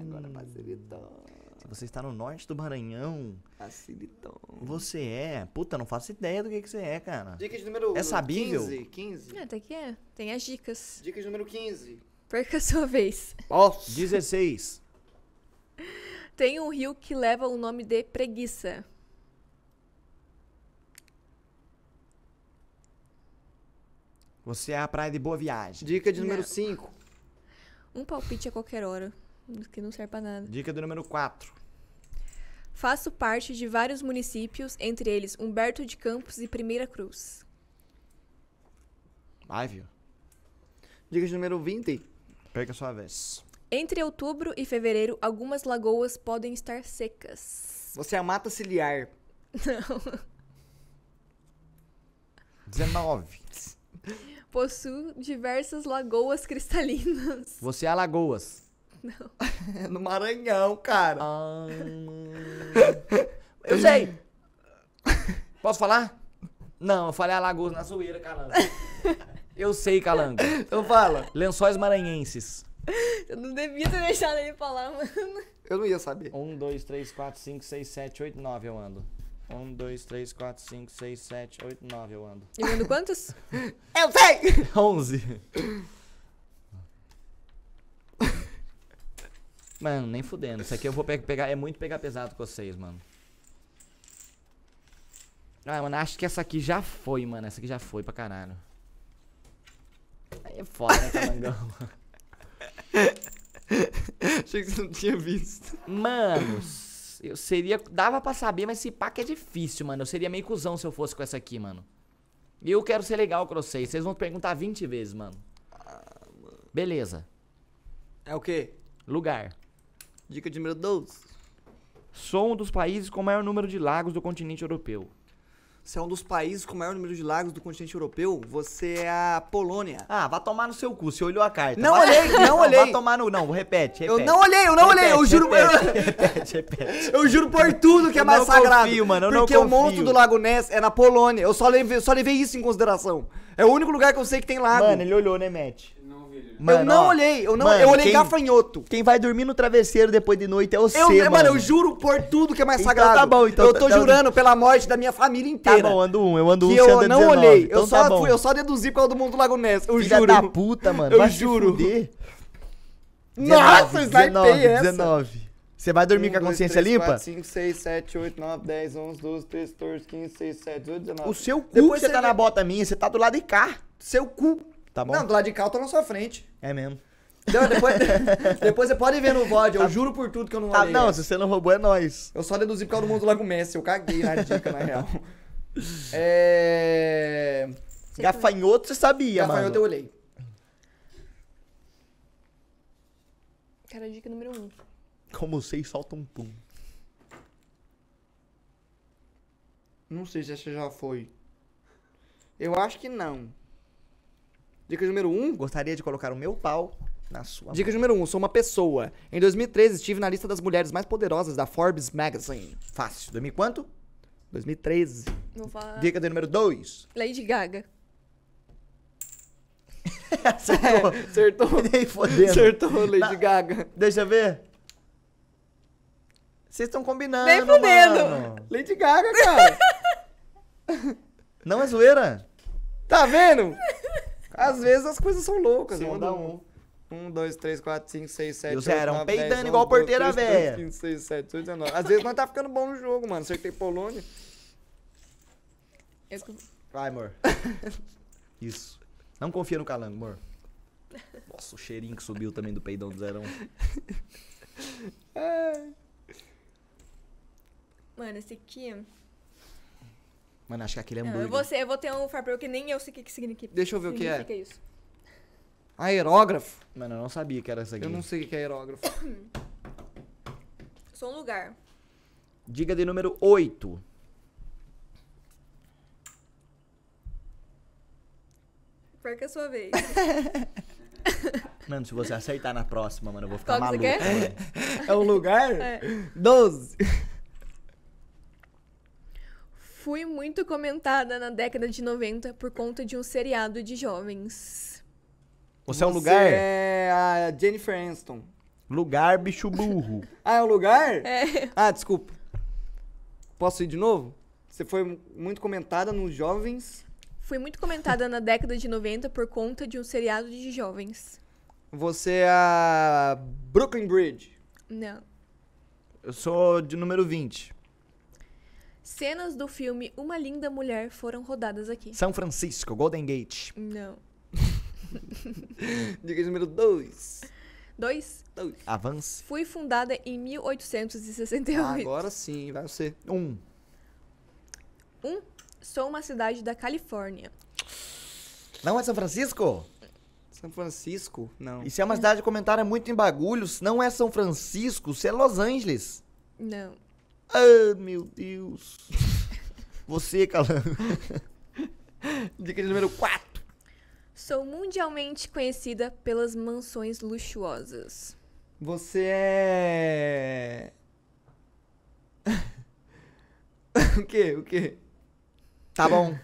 B: Agora facilitou.
D: se você está no norte do Maranhão,
B: Facilitou.
D: você é. Puta, não faço ideia do que, que você é, cara.
B: Dica de número
D: É sabível?
B: 15. 15.
E: É, até que é. Tem as dicas.
B: Dica de número 15.
E: Perca a sua vez.
B: Nossa.
D: 16.
E: Tem um rio que leva o nome de Preguiça.
D: Você é a praia de Boa Viagem.
B: Dica de número
E: Não.
B: 5.
E: Um palpite a qualquer hora, que não serve pra nada.
D: Dica do número 4.
E: Faço parte de vários municípios, entre eles Humberto de Campos e Primeira Cruz.
D: Vai, viu?
B: Dica de número 20.
D: Perca a sua vez.
E: Entre outubro e fevereiro, algumas lagoas podem estar secas.
B: Você é a mata ciliar.
D: 19.
E: Possuo diversas lagoas cristalinas.
D: Você é Alagoas.
B: É no Maranhão, cara.
D: Ah, eu sei! Posso falar? Não, eu falei Alagoas na zoeira, calango. Eu sei, calango.
B: Então fala.
D: Lençóis maranhenses.
E: Eu não devia ter deixado ele falar, mano.
B: Eu não ia saber.
D: 1, 2, 3, 4, 5, 6, 7, 8, 9 eu ando. 1, 2, 3, 4, 5, 6, 7, 8, 9 eu ando.
E: Eu mando quantos?
B: Eu sei!
D: 11. Mano, nem fudendo. Isso aqui eu vou pe- pegar. É muito pegar pesado com vocês, mano. Ah, mano, acho que essa aqui já foi, mano. Essa aqui já foi pra caralho. Aí é foda, né, Calangão?
B: Achei que você não tinha visto.
D: Mano, s- eu seria. Dava pra saber, mas esse pack é difícil, mano. Eu seria meio cuzão se eu fosse com essa aqui, mano. E eu quero ser legal com vocês. Vocês vão perguntar 20 vezes, mano. Beleza.
B: É o quê?
D: Lugar.
B: Dica de número 12.
D: Sou um dos países com maior número de lagos do continente europeu.
B: Você é um dos países com o maior número de lagos do continente europeu. Você é a Polônia.
G: Ah, vá tomar no seu cu, você olhou a carta.
B: Não
G: Vá-
B: olhei, não olhei.
G: Vá tomar no. Não, repete, repete.
B: Eu não olhei, eu não olhei, eu
G: Repete,
B: juro.
G: repete,
B: eu-
G: repete, repete.
B: Eu juro por tudo que é
G: Eu
B: mais
G: não
B: sagrado.
G: confio, mano, eu não
B: porque o
G: confio.
B: monte do Lago Ness é na Polônia. Eu só levei, só levei isso em consideração. É o único lugar que eu sei que tem lago.
G: Mano, ele olhou, né, Matt?
C: Não vi ele.
G: Mano,
B: eu não
G: ó,
B: olhei, eu não,
G: mano,
B: eu olhei
G: quem-
B: gafanhoto.
G: Quem vai dormir no travesseiro depois de noite é você,
B: Eu,
G: mano.
B: mano, eu juro por tudo que é mais
G: Então
B: sagrado.
G: tá bom, então
B: Eu
G: tá-
B: tô
G: tá-
B: jurando pela morte da minha família
G: Tá
B: inteira.
G: bom, ando um, eu ando um,
B: que
G: você anda
B: eu não
G: 19,
B: olhei.
G: então
B: eu,
G: tá
B: só
G: bom.
B: fui- eu só deduzi por causa do mundo do Lago Ness. Eu
G: Filha
B: juro.
G: da puta, mano.
B: Eu
G: vai se
B: juro.
G: fuder.
B: Nossa,
G: 19,
B: snipei essa.
G: 19. Você vai dormir
B: Um,
G: com a consciência limpa?
B: 5, 6, 7, 8, 9, 10, 11, 12, 13, 14, 15, 16, 17, 18, 19.
G: O seu cu
B: Depois
G: que você
B: você
G: tá
B: vê-
G: na bota minha, você tá do lado de cá.
B: Seu cu.
G: Tá bom?
B: Não, do lado de cá eu tô na sua frente.
G: É mesmo.
B: Então, depois, depois você pode ver no VOD, eu juro por tudo que eu não
G: Tá,
B: olhei.
G: não, se você não roubou, é nós.
B: Eu só deduzi por causa do mundo do Lago Messi, eu caguei na dica, na real. É...
E: Você foi-
G: Gafanhoto você sabia,
B: Gafanhoto eu
G: mano.
B: olhei.
E: Cara, dica número um.
G: Como vocês soltam um pum.
B: Não sei se essa já foi. Eu acho que não. Dica número 1. Um.
G: Gostaria de colocar o meu pau na sua
B: Dica número 1. Um, sou uma pessoa. Em 2013 estive na lista das mulheres mais poderosas da Forbes Magazine.
G: mão. Fácil. Dormir quanto?
B: 2013.
E: Vou falar.
G: Dica do número 2.
E: Lady Gaga.
G: Acertou.
B: Acertou.
G: Nem fodendo.
B: Acertou, Lady
G: É, Na-
B: Gaga.
G: Deixa eu ver. Vocês estão combinando,
E: Nem fudendo.
G: mano.
B: Lady Gaga, cara.
G: Não é zoeira?
B: tá vendo? Às vezes as coisas são loucas.
G: Sim,
B: manda
G: dá
B: um. 1, 2, 3, 4, 5, 6, 7,
G: E
B: 8,
G: os
B: 9, 10,
G: eram
B: 11,
G: peidando igual porteira
B: 12, 13,
G: véia.
B: 15, 6, 7, 8, 19. Às vezes nós tá ficando bom no jogo, mano. Acertei Polônia.
E: Eu-
G: Vai, amor. Isso. Não confia no calango, amor. Nossa, o cheirinho que subiu também do peidão do Zerão.
E: Mano, esse aqui.
G: Mano, acho que aquele
E: Não,
G: hambúrguer.
E: eu, vou ser- eu vou ter um farpel que nem eu sei o que, que significa.
B: É Deixa eu ver o que é.
E: significa isso.
B: Aerógrafo?
G: Mano, eu não sabia que era essa aqui.
B: Ah, Eu não sei o que é aerógrafo.
E: Sou um lugar.
G: Diga de número 8.
E: Perca a sua vez.
G: Mano, se você acertar na próxima, mano, eu vou ficar
E: Qual que
G: maluco.
E: você
G: mano.
B: É um lugar?
E: É.
B: 12.
E: Fui muito comentada na década de 90 por conta de um seriado de jovens.
G: Você é um lugar?
B: É a Jennifer Aniston.
G: Lugar, bicho burro.
B: Ah, é um lugar?
E: É.
B: Ah, desculpa. Posso ir de novo? Você foi mu- muito comentada nos jovens.
E: Fui muito comentada na década de 90 por conta de um seriado de jovens.
B: Você é a Brooklyn Bridge.
E: Não.
G: eu sou de número 20.
E: Cenas do filme Uma Linda Mulher foram rodadas aqui.
G: São Francisco, Golden Gate.
E: Não.
B: Dica número 2.
E: Dois.
G: Avance.
E: Fui fundada em 1868.
B: Ah, agora sim, vai você.
G: Um.
E: Um. Sou uma cidade da Califórnia.
G: Não é São Francisco?
B: São Francisco? Não.
G: Isso é uma cidade comentada muito em bagulhos. Não é São Francisco, isso é Los Angeles.
E: Não.
G: Ah, meu Deus. Você, Calango.
B: Dica número 4.
E: Sou mundialmente conhecida pelas mansões luxuosas.
B: Você é. o quê? O quê?
G: Tá bom.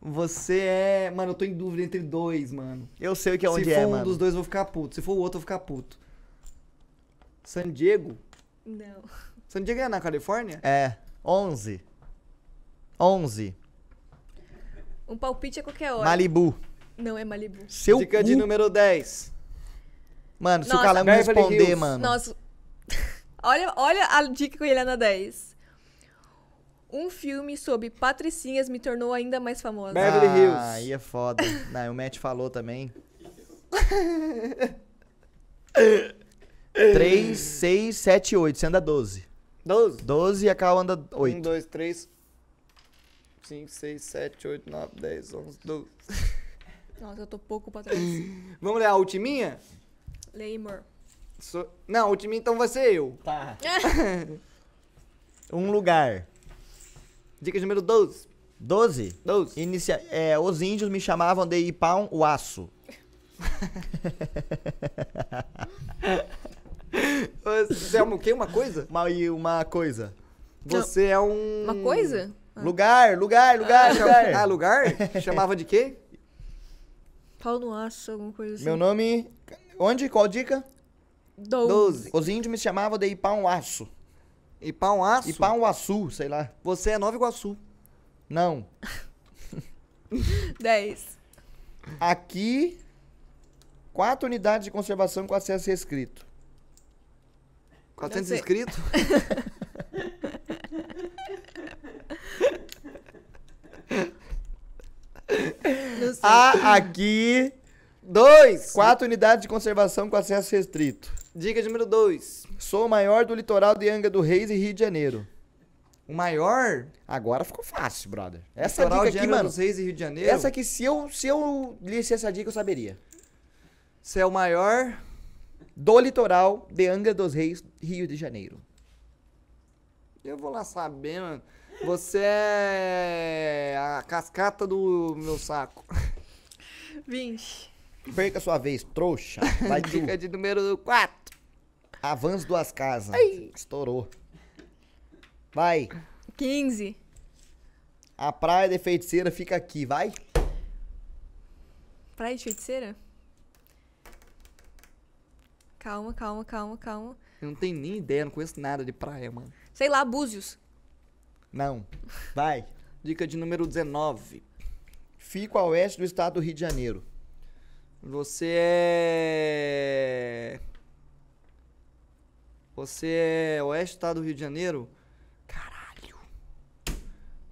B: Você é. Mano, eu tô em dúvida entre dois, mano.
G: Eu sei o que é onde
B: Se for
G: é,
B: um
G: mano.
B: dos dois, eu vou ficar puto. Se for o outro, eu vou ficar puto. San Diego?
E: Não.
B: San Diego é na Califórnia?
G: É. 11. 11.
E: Um palpite a qualquer hora.
G: Malibu.
E: Não é Malibu.
G: Seu
B: Dica
G: cu.
B: de número 10.
G: Mano, se o
E: Nossa,
G: Calango
B: Beverly
G: responder,
B: Hills.
G: mano.
E: Nossa. olha, olha a dica que ele é na 10. Um filme sobre patricinhas me tornou ainda mais famosa.
B: Mer- Beverly Hills.
G: Ah, aí é foda. Não, o Matt falou também. 3, 6, 7, 8. Você anda 12.
B: 12.
G: 12 e a Cal anda
B: 1,
G: 8.
B: 2, 3, 5, 6, 7, 8, 9, 10, 11, 12.
E: Nossa, eu tô pouco pra trás.
B: Vamos ler a ultiminha?
E: Leymor.
B: Sou- Não, a ultiminha então vai ser eu.
G: Tá. um lugar.
B: Dica de número 12.
G: 12.
B: 12.
G: Inicia é, os índios me chamavam de Ipão o Aço.
B: Você é um, o quê? Uma coisa?
G: Uma, e uma coisa.
B: Você é um.
E: Uma coisa?
G: Lugar, lugar, lugar, lugar.
B: Ah, lugar? Chamava de quê?
E: Pau no aço, alguma
B: ah,
E: coisa assim.
G: Meu nome. é Onde? Qual dica?
E: Dou.
G: Os índios me chamavam de Ipão Aço.
B: E pau aço?
G: Ipão Açu, sei lá.
B: Você é Nova Iguaçu.
G: Não.
E: 10.
G: Aqui. Quatro unidades de conservação com acesso restrito.
B: 400
E: sei.
B: inscritos?
E: Não sei.
G: Há Ah, aqui.
B: Dois!
G: Quatro unidades de conservação com acesso restrito.
B: Dica número dois.
G: Sou o maior do litoral de Anga do Reis e Rio de Janeiro.
B: O maior?
G: Agora ficou fácil, brother. Essa
B: Litoral de
G: dica aqui,
B: Angra
G: mano.
B: dos Reis e Rio de Janeiro.
G: Essa aqui, se eu, se eu lisse essa dica, eu saberia.
B: Você é o maior.
G: Do litoral de Angra dos Reis, Rio de Janeiro.
B: Eu vou lá saber, mano. Você é a cascata do meu saco.
E: 20.
G: Perca sua vez, trouxa. Vai tu.
B: Dica de número 4.
G: Avança duas casas. Estourou. Vai.
E: 15.
G: A praia de feiticeira fica aqui, vai.
E: Praia de feiticeira? Calma, calma, calma, calma.
B: Eu não tenho nem ideia, não conheço nada de praia, mano.
E: Sei lá, Búzios.
G: Não. Vai.
B: Dica de número 19.
G: Fica a oeste do estado do Rio de Janeiro.
B: Você é. Você é oeste do estado do Rio de Janeiro? Caralho.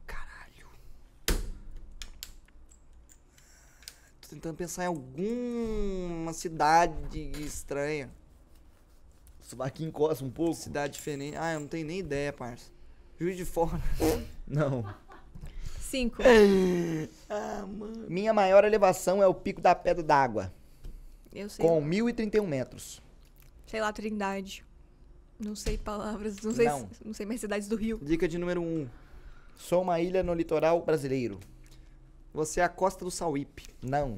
B: Caralho. Tô tentando pensar em alguma cidade estranha.
G: Isso aqui encosta um pouco.
B: Cidade diferente. Ah, eu não tenho nem ideia, parça. Juiz de fora.
G: Não.
E: 5.
G: É, Minha maior elevação é o Pico da Pedra d'Água,
E: Eu sei.
G: com 1.031 metros.
E: Sei lá, Trindade. Não sei palavras. Não sei,
G: Não.
E: não sei mais cidades do Rio.
B: Dica de número 1. Um.
G: Sou uma ilha no litoral brasileiro.
B: Você é a costa do Sauípe.
G: Não.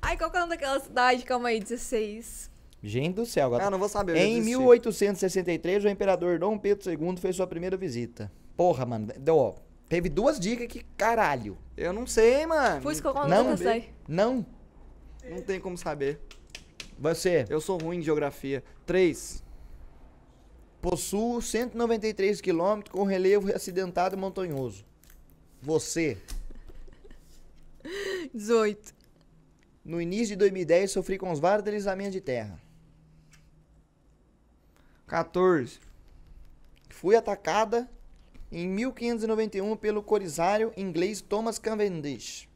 E: Ai, qual que é o nome daquela cidade? Calma aí, 16.
G: Gente do céu, agora.
B: Ah, não vou saber. eu já
G: em
B: desisti.
G: 1863, o imperador Dom Pedro II fez sua primeira visita. Porra, mano. Deu, ó, teve duas dicas que caralho.
B: Eu não sei, mano.
E: Putz, qual que é o nome
G: Não,
E: daquela cidade?
G: não.
B: Não tem como saber.
G: Você
B: Eu sou ruim em geografia. 3.
G: possui 193 quilômetros com relevo acidentado e montanhoso. Você,
E: 18.
G: no início de 2010, sofri com os vários deslizamentos de terra.
B: 14.
G: Fui atacada em 1591 pelo corizário inglês Thomas Cavendish.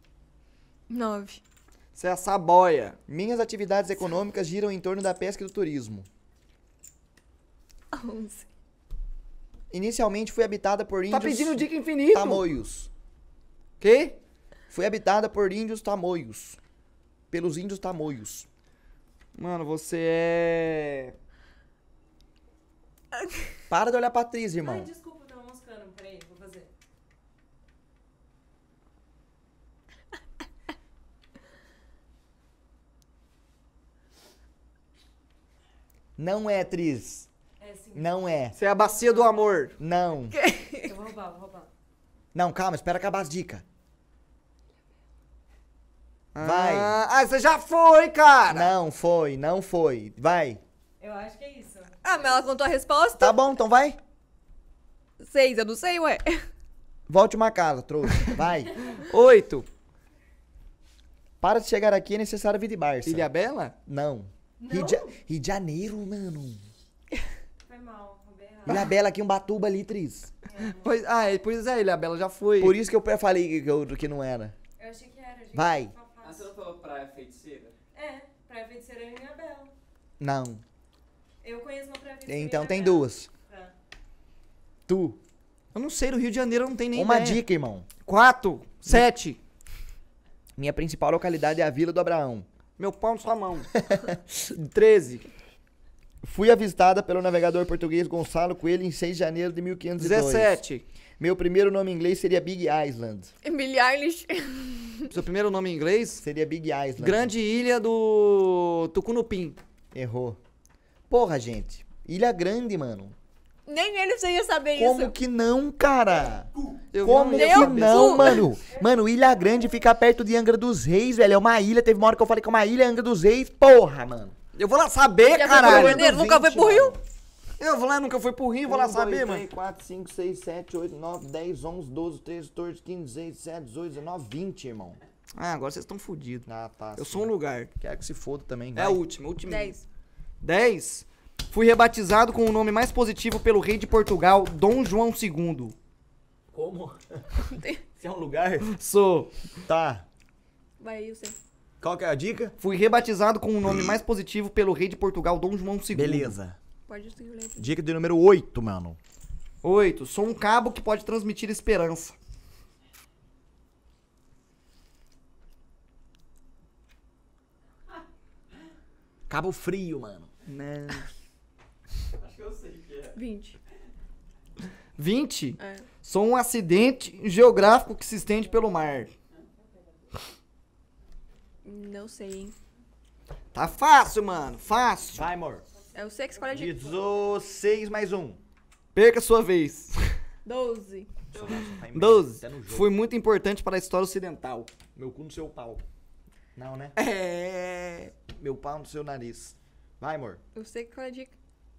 E: 9.
B: Você é a Saboia.
G: Minhas atividades econômicas giram em torno da pesca e do turismo.
E: 11.
G: Inicialmente fui habitada por
B: Tá
G: índios
B: pedindo dica infinito.
G: tamoios.
B: Quê?
G: Fui habitada por índios tamoios. Pelos índios tamoios.
B: Mano, você é.
G: Para de olhar pra atriz, irmão.
H: desculpa, eu tava moscando. Peraí, vou fazer.
G: Não é atriz.
H: É sim.
G: Não é.
B: Você é a bacia do amor.
G: Não.
H: Eu vou roubar, vou roubar.
G: Não, calma, espera acabar as dicas. Vai.
B: Ah, ah, você já foi, cara.
G: Não foi, não foi. Vai.
H: Eu acho que é isso.
E: Ah, mas ela contou a resposta?
G: Tá bom, então vai.
E: 6, eu não sei, ué.
G: Volte uma casa, trouxa. Vai.
B: 8.
G: Para de chegar aqui é necessário vir de Barça.
B: Ilha Bela?
G: Não. Rio, de... Ja- Rio de Janeiro, mano.
H: Foi mal, roubei errado.
G: Ilha Bela aqui, um batuba ali, Tris.
B: Pois, ah, é, pois é, Ilha Bela já foi.
G: Por isso que eu falei que, eu- que não era.
H: Eu achei que era, gente.
G: Vai.
H: Tava
C: Ah, você
H: fácil.
C: não falou praia feiticeira?
H: É, praia feiticeira é minha bela.
G: Não.
H: Eu conheço uma praia feiticeira.
G: Então
H: em
G: tem
H: Ilhabela.
G: duas.
H: Tá.
G: Tu.
B: Eu não sei, do Rio de Janeiro eu não tem nem
G: Uma
B: ideia.
G: dica, irmão.
B: 4. 7.
G: Minha principal localidade é a Vila do Abraão.
B: Meu pau na sua mão. 13.
G: Fui avistada pelo navegador português Gonçalo Coelho em 6 de janeiro de 1502.
B: 17.
G: Meu primeiro nome em inglês seria Big Island.
E: Billie Eilish.
B: Seu primeiro nome em inglês?
G: Seria Big Island.
B: Grande Ilha do Tucunupim.
G: Errou. Porra, gente. Ilha Grande, mano.
E: Nem ele ia saber
G: Como
E: isso.
G: que não, cara?
B: Eu um
G: Como
B: não
G: que
B: ia saber.
G: não, mano? Mano, Ilha Grande fica perto de Angra dos Reis, velho. É uma ilha. Teve uma hora que eu falei que é uma ilha é Angra dos Reis. Porra, mano.
B: Eu vou lá
G: é,
B: saber,
E: Já foi pro
B: caralho.
E: Rio de Janeiro, nunca foi pro Rio.
B: Eu vou lá, nunca fui pro Rio, vou
G: Um,
B: lá saber, mano.
G: 4, 5, 6, 7, 8, 9, 10, 11, 12, 13, 14, 15, 16, 17, 18, 19, 20, irmão.
B: Ah, agora vocês estão fodidos.
G: Ah, tá.
B: Eu sou um lugar.
G: Quero que se foda também,
B: É
G: vai.
B: a última, a última.
E: 10.
B: 10. Fui rebatizado com o nome mais positivo pelo rei de Portugal, Dom João II.
D: Como? Se é um lugar?
B: Sou.
G: Tá.
E: Vai aí, você.
G: Qual que é a dica?
B: Fui rebatizado com o nome mais positivo pelo rei de Portugal, Dom João II.
G: Hum. Beleza.
E: Pode seguir o letra.
G: Dica de número 8, mano.
B: 8. Sou um cabo que pode transmitir esperança.
G: Cabo Frio, mano.
B: Não.
C: Acho que eu sei o que é.
E: 20.
B: 20.
E: É.
B: Sou um acidente geográfico que se estende pelo mar.
E: Não sei, hein.
B: Tá fácil, mano. Fácil.
G: Vai, amor.
E: É o que escolhe a gente.
G: 16 mais um.
B: Perca a sua vez.
E: 12.
G: tá
B: 12.
G: Até Tá no jogo.
B: Fui muito importante para a história ocidental.
G: Meu cu no seu pau. Não, né?
B: É.
G: Meu pau no seu nariz. Vai, amor.
E: Eu sei que escolhe a dica.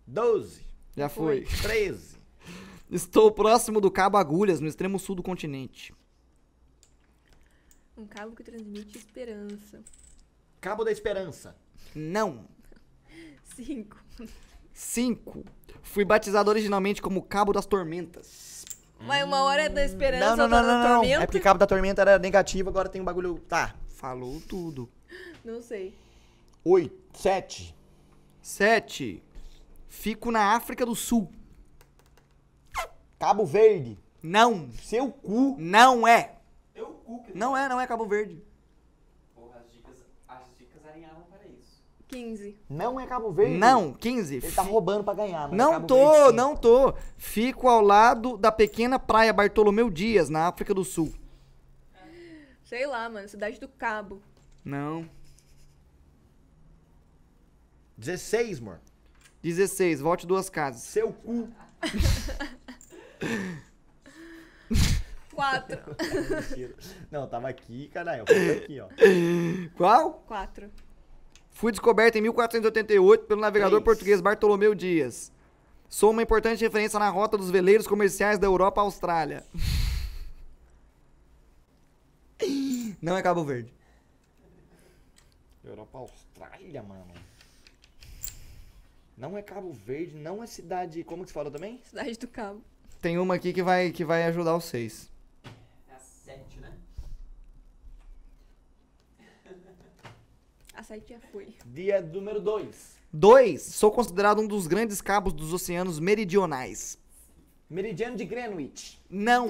G: 12,
B: Já foi.
G: 13.
B: Estou próximo do Cabo Agulhas, no extremo sul do continente.
E: Um cabo que transmite esperança.
G: Cabo da Esperança.
B: Não.
E: 5.
B: 5. Fui batizado originalmente como Cabo das Tormentas.
E: Vai uma hora é da esperança,
G: Hum. Não, não,
E: outra
G: não,
E: da
G: não, não.
E: tormenta.
G: É porque Cabo da Tormenta era negativo, agora tem um bagulho. Tá.
B: Falou tudo.
E: Não sei.
G: 8, 7.
B: 7. Fico na África do Sul.
G: Cabo Verde.
B: Não.
G: Seu cu.
B: Não é.
C: Eu cu que
B: Não é, não é Cabo Verde.
C: Porra, as dicas, as dicas alinhavam para isso.
E: 15.
G: Não é Cabo Verde.
B: Não. 15.
G: Ele tá
B: Fi-
G: roubando pra ganhar, mano.
B: Não
G: Cabo
B: tô,
G: Verde, sim.
B: não tô. Fico ao lado da pequena praia Bartolomeu Dias, na África do Sul.
E: Sei lá, mano. Cidade do Cabo.
B: Não.
G: 16, amor.
B: 16. Volte duas casas.
G: Seu cu.
E: 4.
G: Mentira. não, tava aqui, caralho. Tava aqui, ó.
B: Qual?
E: 4.
B: Fui descoberto em 1488 pelo navegador
G: Três.
B: português Bartolomeu Dias. Sou uma importante referência na rota dos veleiros comerciais da Europa à Austrália. Não é Cabo Verde.
G: Europa, Austrália, mano. Não é Cabo Verde, não é cidade. Como que se fala também?
E: Cidade do Cabo.
B: Tem uma aqui que vai, que vai ajudar vocês.
C: É a 7, né?
E: A site já foi.
G: Dia número 2.
B: 2. Sou considerado um dos grandes cabos dos oceanos meridionais.
G: Meridiano de Greenwich.
B: Não.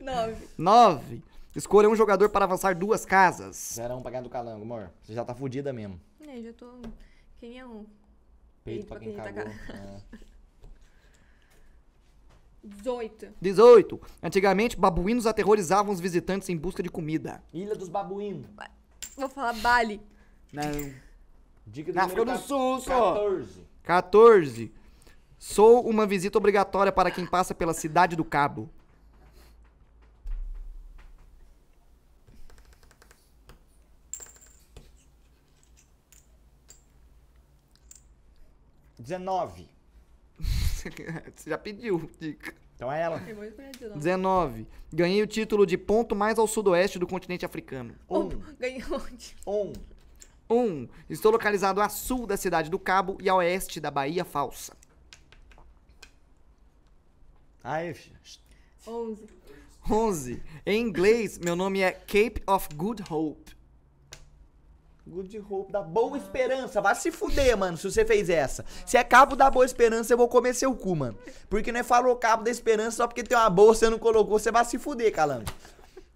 E: 9.
B: 9. Escolha um jogador para avançar duas casas.
G: Zerão pra ganhar do calango, amor. Você já tá fudida mesmo.
E: É, já tô. Quem é um?
G: Peito pra
E: tá
G: quem cagou. É.
E: 18.
B: 18. Antigamente, babuínos aterrorizavam os visitantes em busca de comida.
G: Ilha dos Babuínos.
E: Vou falar Bali.
B: Não.
G: Dica do
B: Na África do
G: número
B: Sul, só.
G: 14.
B: 14. Sou uma visita obrigatória para quem passa pela cidade do Cabo.
G: Dezenove.
B: Você já pediu, dica.
E: Tá.
G: Então é ela.
E: Eu vou escolher 19.
B: 19. Ganhei o título de ponto mais ao sudoeste do continente africano.
G: Um,
E: Ganhei onde?
G: um.
B: 1. Estou localizado a sul da cidade do Cabo e a oeste da Bahia Falsa.
G: Aí, fi.
E: 11.
B: 11. Em inglês, meu nome é Cape of Good Hope.
G: Good Hope da Boa Esperança. Vai se fuder, mano, se você fez essa. Se é cabo da Boa Esperança, eu vou comer seu cu, mano. Porque não é falou cabo da esperança só porque tem uma boa, você não colocou, você vai se fuder, calango.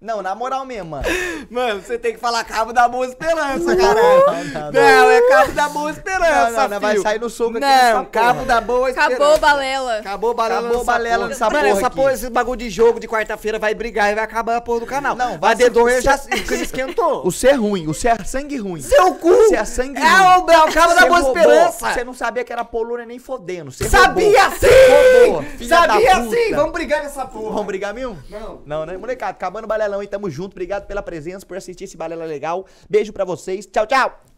G: Não, na moral mesmo, mano.
B: Mano, você tem que falar Cabo da Boa Esperança, caralho.
G: Não, não, não.
B: Uh! Não, é Cabo da Boa
G: Não,
B: Esperança,
G: não, não, vai
B: filho.
G: sair no soco aqui
B: Não,
G: nessa
B: Cabo
G: porra.
B: da Boa Esperança.
E: Acabou o balela.
B: Acabou o balela
G: Acabou o balela
B: porra.
G: nessa
B: Mano,
G: porra
B: essa
G: aqui.
B: porra, esse bagulho de jogo de quarta-feira vai brigar e vai acabar a porra do canal.
G: Não, vai
B: vai dedonha
G: ser-
B: já se- que ele esquentou.
G: O ser ruim, o ser sangue ruim.
B: seu cu!
G: Você é sangue ruim.
B: É o, é o Cabo da
G: Você
B: Boa
G: roubou.
B: Esperança.
G: Você não sabia que era Polônia nem fodendo. Você
B: Sabia
G: roubou.
B: sim!
G: Filha
B: Sabia
G: da puta.
B: sim! Vamos brigar nessa porra.
G: roubou. Vamos brigar mesmo?
B: Não.
G: Não, né? Molecada, acabando o balelão aí, tamo junto. Obrigado pela presença, por assistir esse balela legal. Beijo pra vocês. Tchau, tchau.